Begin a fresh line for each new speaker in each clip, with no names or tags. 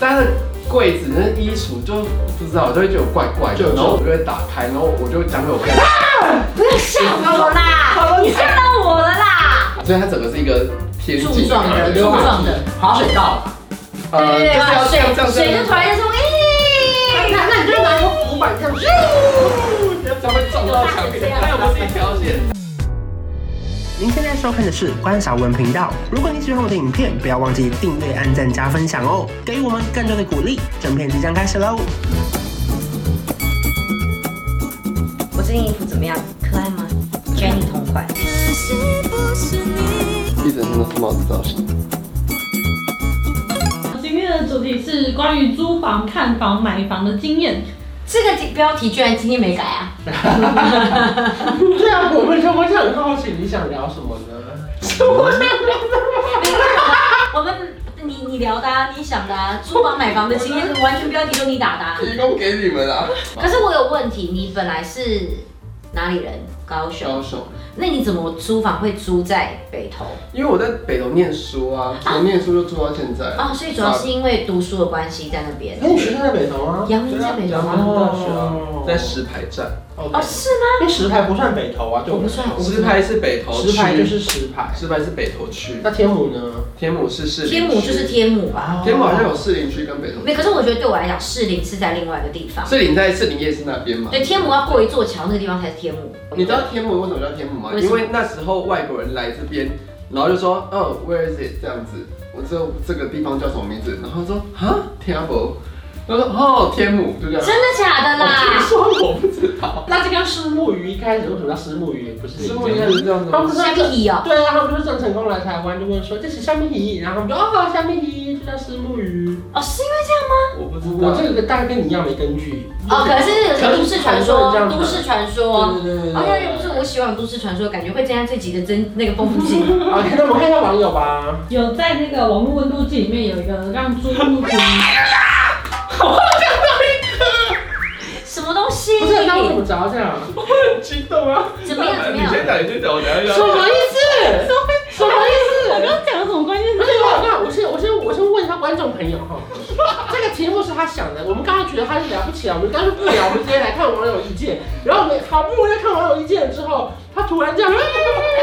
但是柜子那衣橱就不知道，我就会觉得怪怪的，然后我就会打开，然后我就讲给我朋友，
不要吓我啦！你吓到我了啦！
所以它整个是一个偏
柱
近
状的，柱
流
状的，
滑水道，
呃，就是要这样这样这
水水就
样
突，然就冲，咦！
那那你就拿一个浮板这样，咻这样才会撞到墙壁，它又不是一条线。
您现在收看的是关少文频道。如果你喜欢我的影片，不要忘记订阅、按赞、加分享哦，给予我们更多的鼓励。整片即将开始喽！
我这件衣服怎么样？可爱吗？Jenny 同款。
一整天都是帽子造型，
今天的主题是关于租房、看房、买房的经验。
这个标题居然今天没改啊！
对啊，我们就我就很好奇你想聊什么呢？
我们你你聊的、啊，你想的、啊，租房买房的经验完全标题就你打的、啊。
提供给你们啊，
可是我有问题，你本来是哪里人？高
销
雄。
售。
那你怎么租房会租在北投？
因为我在北投念书啊，从念书就住到现在。
哦，所以主要是因为读书的关系在那边。
哎，你学校在北投吗？
阳明在北投
阳明
吗？
大学啊，
在石牌站，
哦，
哦，
是吗？
因为石牌不算北投啊，就
我哦不算，我不
石
知道。
牌是北投区，
石牌哦就是石牌。
石牌是北投区，
那天湖呢？
天母是市林区
天母就是天母吧？
天母好像有士林区跟北投区，
没，可是我觉得对我来讲，士林是在另外一个地方。
士林在士林夜市那边嘛。
对，天母要过一座桥，那个地方才是天母。
你知道天母为什么叫天母吗？
为什
因
么
为那时候外国人来这边，然后就说，嗯，Where is it？这样子，我知道这个地方叫什么名字，然后他说，哈，天母，他说，哦，天母，就这样。
真的假的
我
啦？
说我不知道。那这跟虱目鱼一开始为什么叫虱目鱼？不是
师傅应该是这样子
他
吗
们？
虾米蚁哦，
对啊，他们就是郑成功来台湾就问说这是虾米鱼，然后他们就哦虾米鱼就叫虱目鱼。
哦，是因为这样吗？
我不知
我
道。
这个大概跟你一样没根据。
哦，可是有个都市传说，都市传说。
对对对对。
哦，那也不是我喜欢都市传说，感觉会增加这集的真那个风 景。
OK，那我们看一下网友吧。
有在那个网络温度计里面有一个让租屋族，
什么东西？
不是，那为什么只要这样？
很激动啊！
怎么哦样？怎么
你
样？
先讲，你先讲，我等一下
什么意思？ 什么意
我刚
思？
刚讲了什么关键
不
字？
是，我那我先我先我先问一下观众朋友哈，这个题目是他想的，我们刚刚觉得他是聊不起来，我们干脆不聊，我们直接来看网友意见。然后我们好不容易看网友意见之后，他突然这样，
哎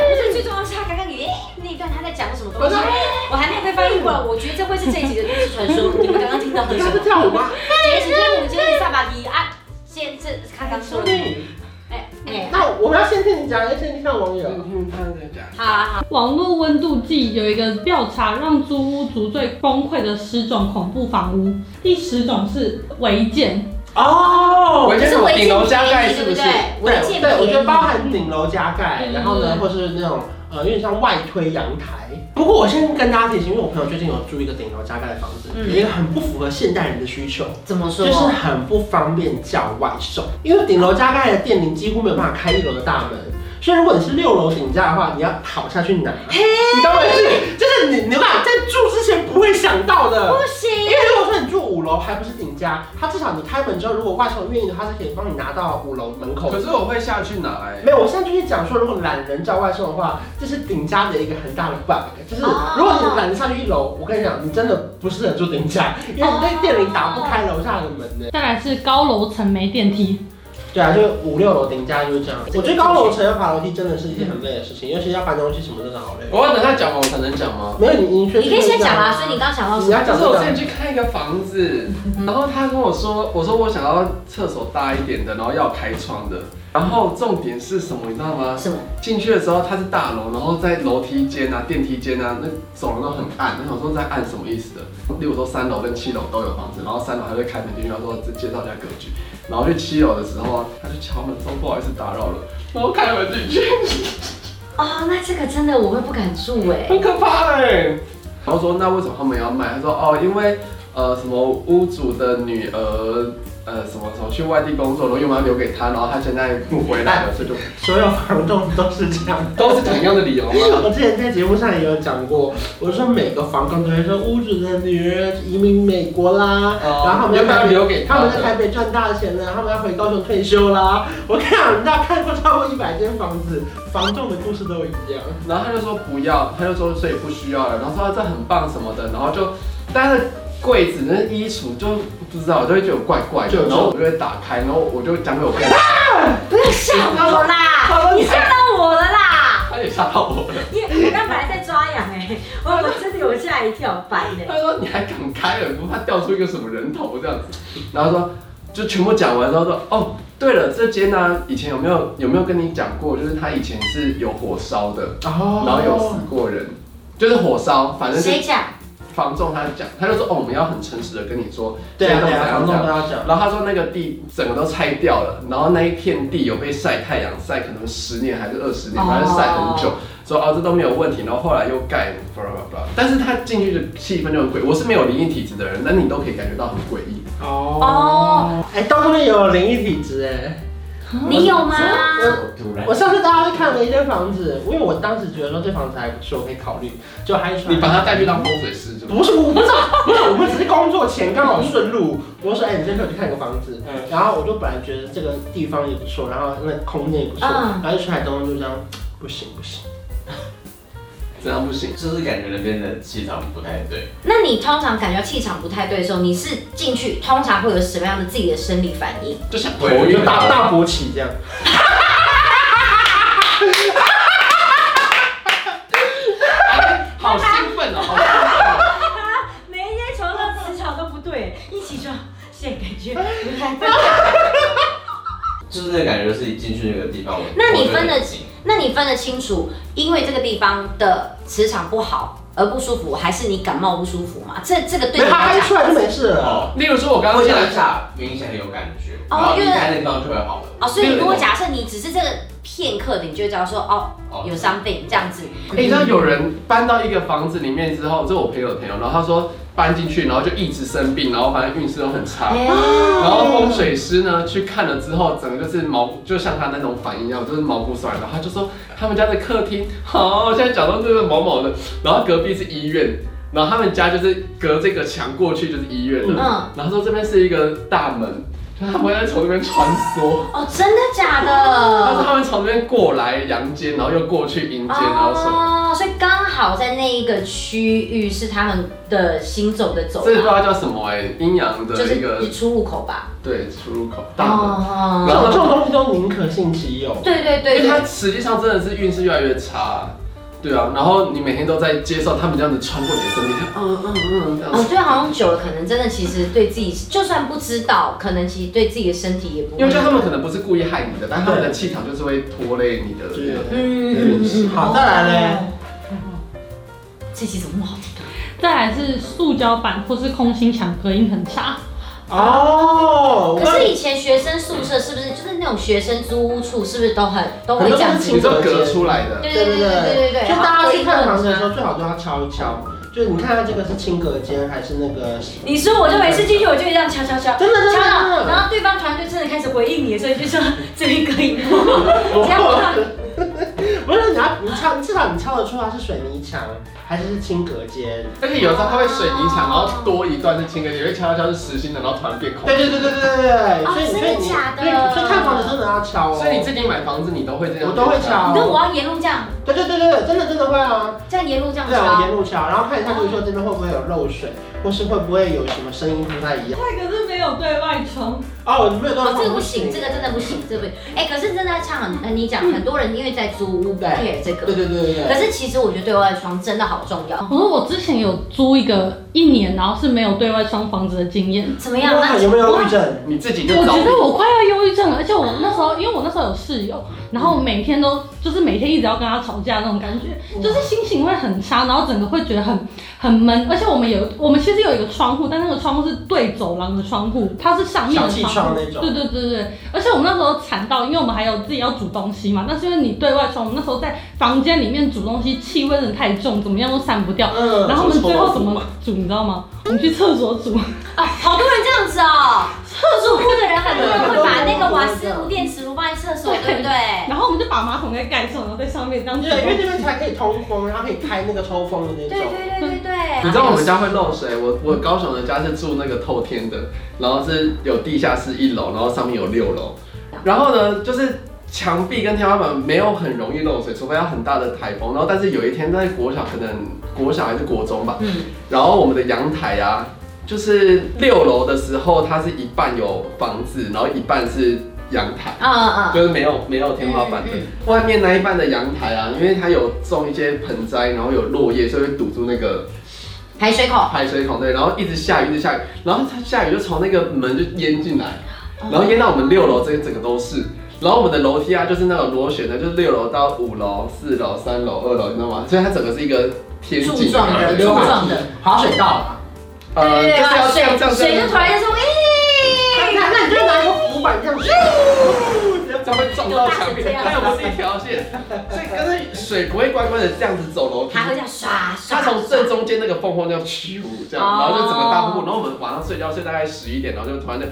不是最重要是他刚刚你哎那一段他在讲什么东西哎
我说？
我还没有被翻译过来，我觉得这会是这一集的都市传 说。你们刚刚听到的
你
是什
刚
么
是？跳舞吗？
今天我今天萨巴迪啊，先这刚刚说
说
的
不，定。
哎哎，
那我们要先听你讲，先听看网友。
听他在讲。
好啊好啊，
网络温度计有一个调查，让租屋族最崩溃的十种恐怖房屋，第十种是违建。
哦
我
可
觉
是
得我
违
顶
建
楼加盖
便宜
是
对
不
不
是？
对？违
对
建
对，我觉得包
便宜。
含顶楼加盖，
嗯
然后呢，或是那种呃有点像外推阳台。不过我先跟大家提醒，因为我朋友最近有住一个顶楼加盖的房子，
嗯
有一个很不符合现代人的需求。
怎么
就是很不方便叫外送，因为顶楼加盖的店你几乎没有办法开一楼的大门，所以如果你是六楼顶架的话，你要跑下去拿，你懂我意思？就是你你爸在住之前不会想到的
不。
因
行，
为如果说你住五楼还不是顶加，他至少你开门之后，如果外送愿意的话，他是可以帮你拿到五楼门口的
可。是我会下去拿哎、
没有，我现在就是讲说，如果懒人叫外送的话，这是顶家的一个很大的 bug，就是如果你懒得上去一楼，我跟你讲，你真的不适合住顶家，因为你在店里打不开楼下的门呢。
再来是高楼层没电梯，
对啊，就是五六楼顶家就是这样。我觉得高楼层要爬楼梯真的是一件很累的事情，尤其是要搬东西什么真的好累。
我要等他讲完我才能讲吗？
没有你，你
你可以先讲啊。所以你刚想到什
你
么？
要
就
讲嗯
是
这
我
个
之。前去看一个房子，然后他跟我说，我说我想要厕所大一点的，然后要开窗的。然后重点是什么，你知道吗？
什么？
进去的时候它是大楼，然后在楼梯间啊、电梯间啊，那走廊都很暗。我想说在暗什么意思的？例如说三楼跟七楼都有房子，然后三楼还会开门进去，他说这介绍一下格局。然后去七楼的时候啊，他就敲门说不好意思打扰了，然后开门进去。
哦，那这个真的我会不敢住哎。
很可怕哎、然后说那为什么他们要卖？他说哦，因为呃什么屋主的女儿呃什么什么去外地工作，然后又把她留给他，然后他现在不回来了，所以就
所有房东都是这样。
都是同样的理由 吗？
我之前在节目上也有讲过，我说每个房东都会说屋主的女儿移民美国啦，
哦
然后他们在
原本
台北
留给他
他
的
们在台北赚大钱了，他们要回高雄退休啦。我看人家看过超过一百间房子，房东的故事都一样。
然后他就说不要，他就说所以不需要了，然后说、啊这很棒什么的，然后就但是。柜子那衣橱就不知道，我就会觉得怪怪
就
的，然后我就会打开，然后我就讲给我朋友，
不要吓我啦！
他说
你
你
吓到我了啦！
他也吓到我了，
因为我刚本来在抓痒哎、我我真的有吓一跳，欸白的、
他说你还敢开了，不怕掉出一个什么人头这样子，然后说就全部讲完之后说哦。对了，这间呢、以前有没有有没有跟你讲过？就是他以前是有火烧的，
哦
然后有死过人，就是火烧，反正就
谁讲？
房仲他就讲，他就说哦，我们要很诚实的跟你说，
对啊
这
对
栋
啊，
怎样
房
怎
东都
样
要讲。
然后他说那个地整个都拆掉了，然后那一片地有被晒太阳晒，可能十年还是二十年，
哦
反正晒很久。说哦这都没有问题，然后后来又盖，blah blah blah。但是他进去的气氛就很诡异。我是没有灵异体质的人，但你都可以感觉到很诡异。
哦
哦，哎，东面也有灵异体质哎。
你有吗？
突然
我上次大家去看了一间房子，因为我当时觉得说这房子还不错，可以考虑，就还
你把他带去当风水师就
不是，我不知道，不是，我们只是工作前刚好顺路，我就说，哎、你今天可以去看个房子，
嗯
然后我就本来觉得这个地方也不错，然后那个空间也不错，
嗯
然后就去海东就这样，不行不行，
这样不行。
就是感觉那边的气场不太对，
那你通常感觉气场不太对的时候，你是进去通常会有什么样的自己的生理反应？
就像
对
头
我就
晕
大
大
大勃起这样，
好兴奋哦！好兴奋哦
每一天床上磁场都不对，一起床现在感觉不太对。
就是那感觉是一进去那个地方，我
那你分得
我就很紧
那你分得清楚，因为这个地方的磁场不好而不舒服，还是你感冒不舒服吗？这这个对
没
你来
他他一
讲
出来就没事了。
哦，
例如说，我刚刚
然后
进
当
来，
下明显有感觉，
哦
然后
因为
离开那地方就会好了。
哦，所以如果假设你只是这个片刻的，你就会知道说哦
哦
有 something 这样子，
哎，你知道有人搬到一个房子里面之后，这是我朋友的朋友，然后他说搬进去，然后就一直生病，然后反正运势都很差。
哎
然后风水师呢去看了之后，整个就是毛，就像他那种反应一样，就是毛骨悚然。然后他就说他们家的客厅，好、现在讲到这个某某的，然后隔壁是医院，然后他们家就是隔这个墙过去就是医院了。
嗯
然后说这边是一个大门，就他们在从这边穿梭，
哦，真的假
他说
的？
他们从这边过来阳间，然后又过去阴间，然后什么。
哦，所以刚好在那一个区域是他们的行走的走
这不知
廊，
道叫什么哎、阴阳
啊就
的
是
一个
一出入口吧。
对出入口大门，
哦，
然
这
后
种这种东西都宁可信其有，
对对
因
对
为
对
它实际上真的是运势越来越差、对啊，然后你每天都在接受他们这样子穿过你的身体，嗯嗯嗯，这样
哦
子，
对，好像久了，可能真的其实对自己，就算不知道，可能其实对自己的身体也不会。
因为就他们可能不是故意害你的，但他们的气场就是会拖累你的。
对
嗯，嗯嗯嗯
好再来嘞
哦这期怎么那么好听啊？
再来是塑胶板或是空心墙隔音很差，
哦，
可是以前学生宿舍是不是就是那种学生租屋处，是不是都很都会这样子？
你说隔出来的，
对对对对对对对，
就大家去看房子的时
候，
候，最好都要敲一敲，就是你看看这个是轻隔间还是那个，
你说我就每次进去我就会这样敲敲敲。
真的真
敲
的真
到，
的，
然后对方团队真的开始回应你，所以就说这边可以过，这样 看
不是你要你敲，至少你敲得出它是水泥墙还是是轻隔间。
而且有时候它会水泥墙，然后多一段是轻的，也会敲敲敲是实心的，然后突然变空。
对对对对对对对，
哦
所以所
真
以
的
你
假的
对，所以看房子真的要敲哦。
所以你自己买房子，你都会这样？
我都会
你
敲
跟我要沿路这样，
对对对对对，真的真的会啊，
这样沿路这样
对啊，我沿
敲。
路敲，然后看一下，比如说这边会不会有漏水，或是会不会有什么声音不太一样。
它可是没有对外窗，
哦，你没有多少
哦，这个不行，这个真的不行，这个不行。哎，可是真的像你讲，很多人因为在租屋不
对
care 这个，
对对对对
可
对。
是其实我觉得对外窗真的好重要。
我说我之前有租一个一年，然后是没有对外窗房子的经验。
怎么样？
哇
那
有没有抑郁症？
你自己就
我
找
觉。得我快要忧郁症了，而且我那时候，因为我那时候有室友，然后每天都就是每天一直要跟他吵架那种感觉，就是心情会很差，然后整个会觉得很很闷。而且我们有我们其实有一个窗户，但那个窗户是对走廊的窗户，它是上面
小
的
气
窗户，
窗那种
对。对对对对，而且我们那时候惨到，因为我们还有自己要煮东西嘛，但是因为你对外窗，我们那时候在房间里面煮东西，气味真的太重，怎么样都散不掉。
嗯
然后我们最后怎么煮，你知道吗？我们去厕所煮，
啊，好多人这样子哦。住户的人很多人会把那个瓦斯炉、电磁炉放在厕所，对不对？
然后我们就把马桶盖盖上，然后在上面这样煮。
对，因为这边才可以通风，然后可以开那个抽风的那
对
种。
对对对对。
你知道我们家会漏水，我我高雄的家是住那个透天的，然后是有地下室一楼，然后上面有六楼，然后呢就是墙壁跟天花板没有很容易漏水，除非要很大的台风，然后但是有一天在国小可能国小还是国中吧，
嗯，
然后我们的阳台啊就是六楼的时候，它是一半有房子，然后一半是阳台。
嗯嗯嗯，
就是没有没有天花板的
嗯，
外面那一半的阳台啊，因为它有种一些盆栽，然后有落叶，所以会堵住那个
排水口，
排水孔，对，然后一直下雨，一直下雨，然后它下雨就从那个门就淹进来，
哦
然后淹到我们六楼，这个整个都是。然后我们的楼梯啊，就是那种螺旋的，就是六楼到五楼、四楼、三楼、二楼，你知道吗？所以它整个是一个天井
柱状的，柱
溜滑梯
状的，
滑水道嘛。
呃，就是要这样这
水
样这
水就
样，
突然间说，
那
哎，
那你就拿一个浮板这样，
这样会撞到墙壁，它又不是一条线， 所以刚才水不会乖乖的这样子走楼梯
还。会这样刷刷，
它从正中间那个缝缝这样咻这样，
哦
然后就整个大瀑布，然后我们晚上睡觉睡大概十一点，然后就突然就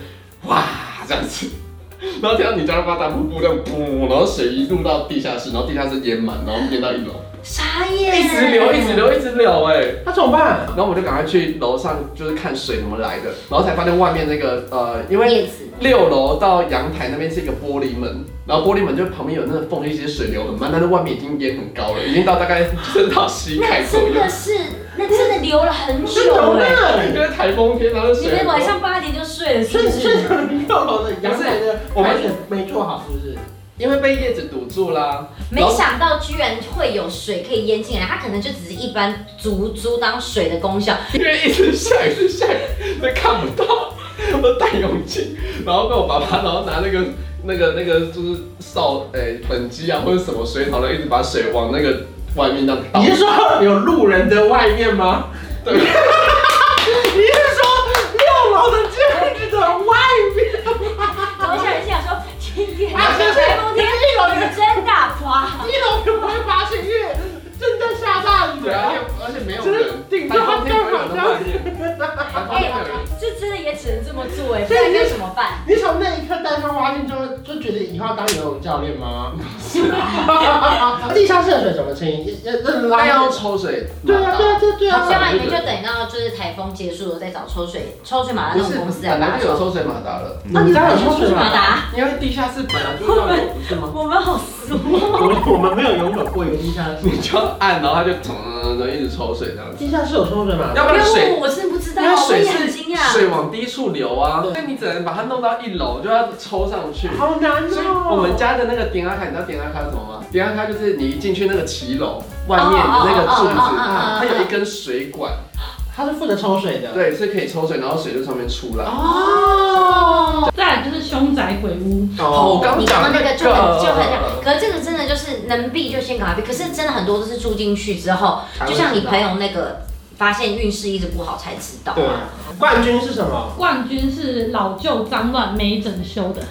哇这样子， 然后听到你家那边大瀑布这样噗，然后水一路到地下室，然后地下室淹满，然后淹到一楼，
傻眼，
一直流一直流一直流哎、
那怎么办？
然后我们就赶快去楼上就是看水怎么来的，然后才发现外面那个呃，因为
叶子，
六楼到阳台那边是一个玻璃门，然后玻璃门就旁边有那个缝，一些水流很慢，但是外面已经淹很高了，已经到大概升到膝盖左
那哎真
右
的。是，那真的流了很
是
久
流
哎，
量。
就是台风天，然后
你
水
们
很多。
晚上八点就睡了，是
所
不
以所以
是？
你六楼的阳台的
我们
排水没做好，是不是？
因为被叶子堵住啦。
没想到居然会有水可以淹进来，它可能就只是一般足足当水的功效，
因为一直下雨，一直下雨，所以看不到。 我戴泳镜，然后被我爸爸，然后拿那个、那个、那个，就是扫诶、粉机啊，或者什么水桶，然后一直把水往那个外面这样倒
你。是说有路人的外面吗？
对
你是说六楼的建筑的外面？
然后下人心想说，今天
啊
台风天雨真大，哇！
一楼就不会发现，因为正在下大雨
对啊，
啊。
而且没有
只是
人，
顶着他
台风天没
干
有
嘛
人
这
在
样
外面，台风
哎
天没有人。，
这真的也只能这么做哎，不
所以
然
你
该怎么办？
你从那一刻戴上蛙镜之后，就觉得以后要当游泳教练吗？ 地下室的水怎么清？要要
他
拉
要抽水，
对啊，对啊，对啊对
要
啊
不。然你们就等到就是台风结束了再找抽水抽水马达
不
那种
是
公司，来
本来
把它
就有
抽。
抽水马达了，
那你家有抽水
马
吗？
达，
因为地下室本来就要 有，不是吗？
我们好俗。
我我们没有拥有过一个地下室。
你就按，然后它就咚咚咚一直抽水这样子。
地下室有抽水吗？
要不然水，
我真的不知道
因为，
我
水
也很惊
是
讶。
水往低处流啊，
对
所以你只能把它弄到一楼，就要抽上去。
好难
所以
哦。
我们家的那个点阿卡，你知道点阿卡是什么吗？点阿卡就是你一进去那个骑楼外面的那个柱
哦哦哦哦
子，
哦哦哦
它有一根水管，
他是负责抽水的。
对，是可以抽水，然后水就上面出来。
哦。
再来就是凶宅鬼屋，
哦，我刚
你刚
讲
刚
那
那
个
个就
呃
很就很像，可是这个真的就是能避就先赶快避。可是真的很多都是住进去之后，
才会
就像你朋友那个，发现运势一直不好才知道。
对，冠军是什么？
冠军是老旧脏乱没整修的，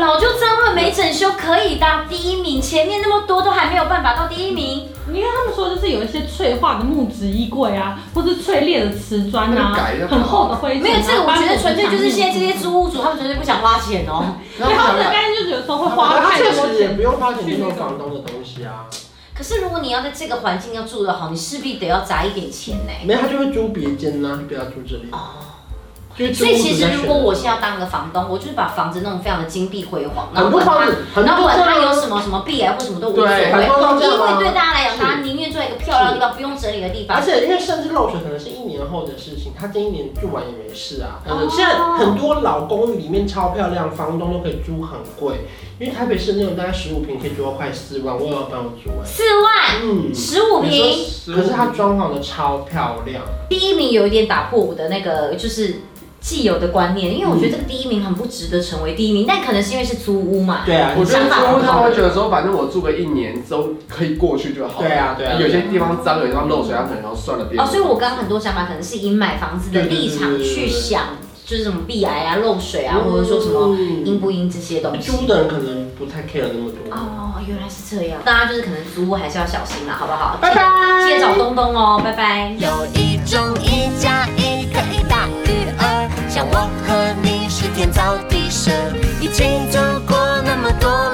老旧脏乱没整修可以当第一名，前面那么多都还没有办法到第一名。
因为他们说就是有一些脆化的木质衣柜啊，或是脆裂的瓷砖
那就
啊
改一下，
很厚的灰
嗯
尘啊，
没有这个，我觉得纯粹就是现在这
些，
些租屋主他们纯粹不想花钱哦。
嗯
然
对
后我
他
想
们的
买
概念就是有时候会花太
确
多
实也
钱
不。用花钱去用房东的东西啊，
可是如果你要在这个环境要住得好，你势必得要砸一点钱呢。
没有他就会租别间啊呢，就不要租这里。就是租
哦所
屋
以
主
其
在
实
选
如果我现在要当个房东，我就是把房子弄得非常的金碧辉煌，
很多房
它
子，很
然后
多
管它
这
有
样
什么什么壁癌或什么都无所谓，哦
对很多都这样
因
啊
为对大家来讲，
是
大家宁愿做一个漂亮的地方，不用整理的地
而
方。
且因为甚至漏水可能是一年后的事情，他这一年住完也没事啊。
哦
现在很多老公寓里面超漂亮，房东都可以租很贵，因为台北市那种大概十五平可以租到快四万，我有朋友租哎。
四万
嗯，
十五平，
可是它装潢的超漂亮，
第一名有一点打破我的那个就是既有的观念，因为我
嗯
觉得这个第一名很不值得成为第一名，但可能是因为是租屋嘛。
对啊，
我觉得
想法
租
不
屋他
同
们会觉得说，反正我住个一年都可以过去就好。
对啊对啊
有些地方脏，有些地方漏水，他可能要算了别
哦，
人。
所以我刚刚很多想法可能是以买房子的立场去想，就是什么避癌啊、漏水啊，或者说什么
么
阴不阴这些东西。
嗯租的人可能不太 care 那么多。
哦，原来是这样，大家就是可能租屋还是要小心啦，好不好？
拜拜，
记得找东东哦，拜拜。
有一种一加一可以大于二，像我和你是天造地设，一起走过那么多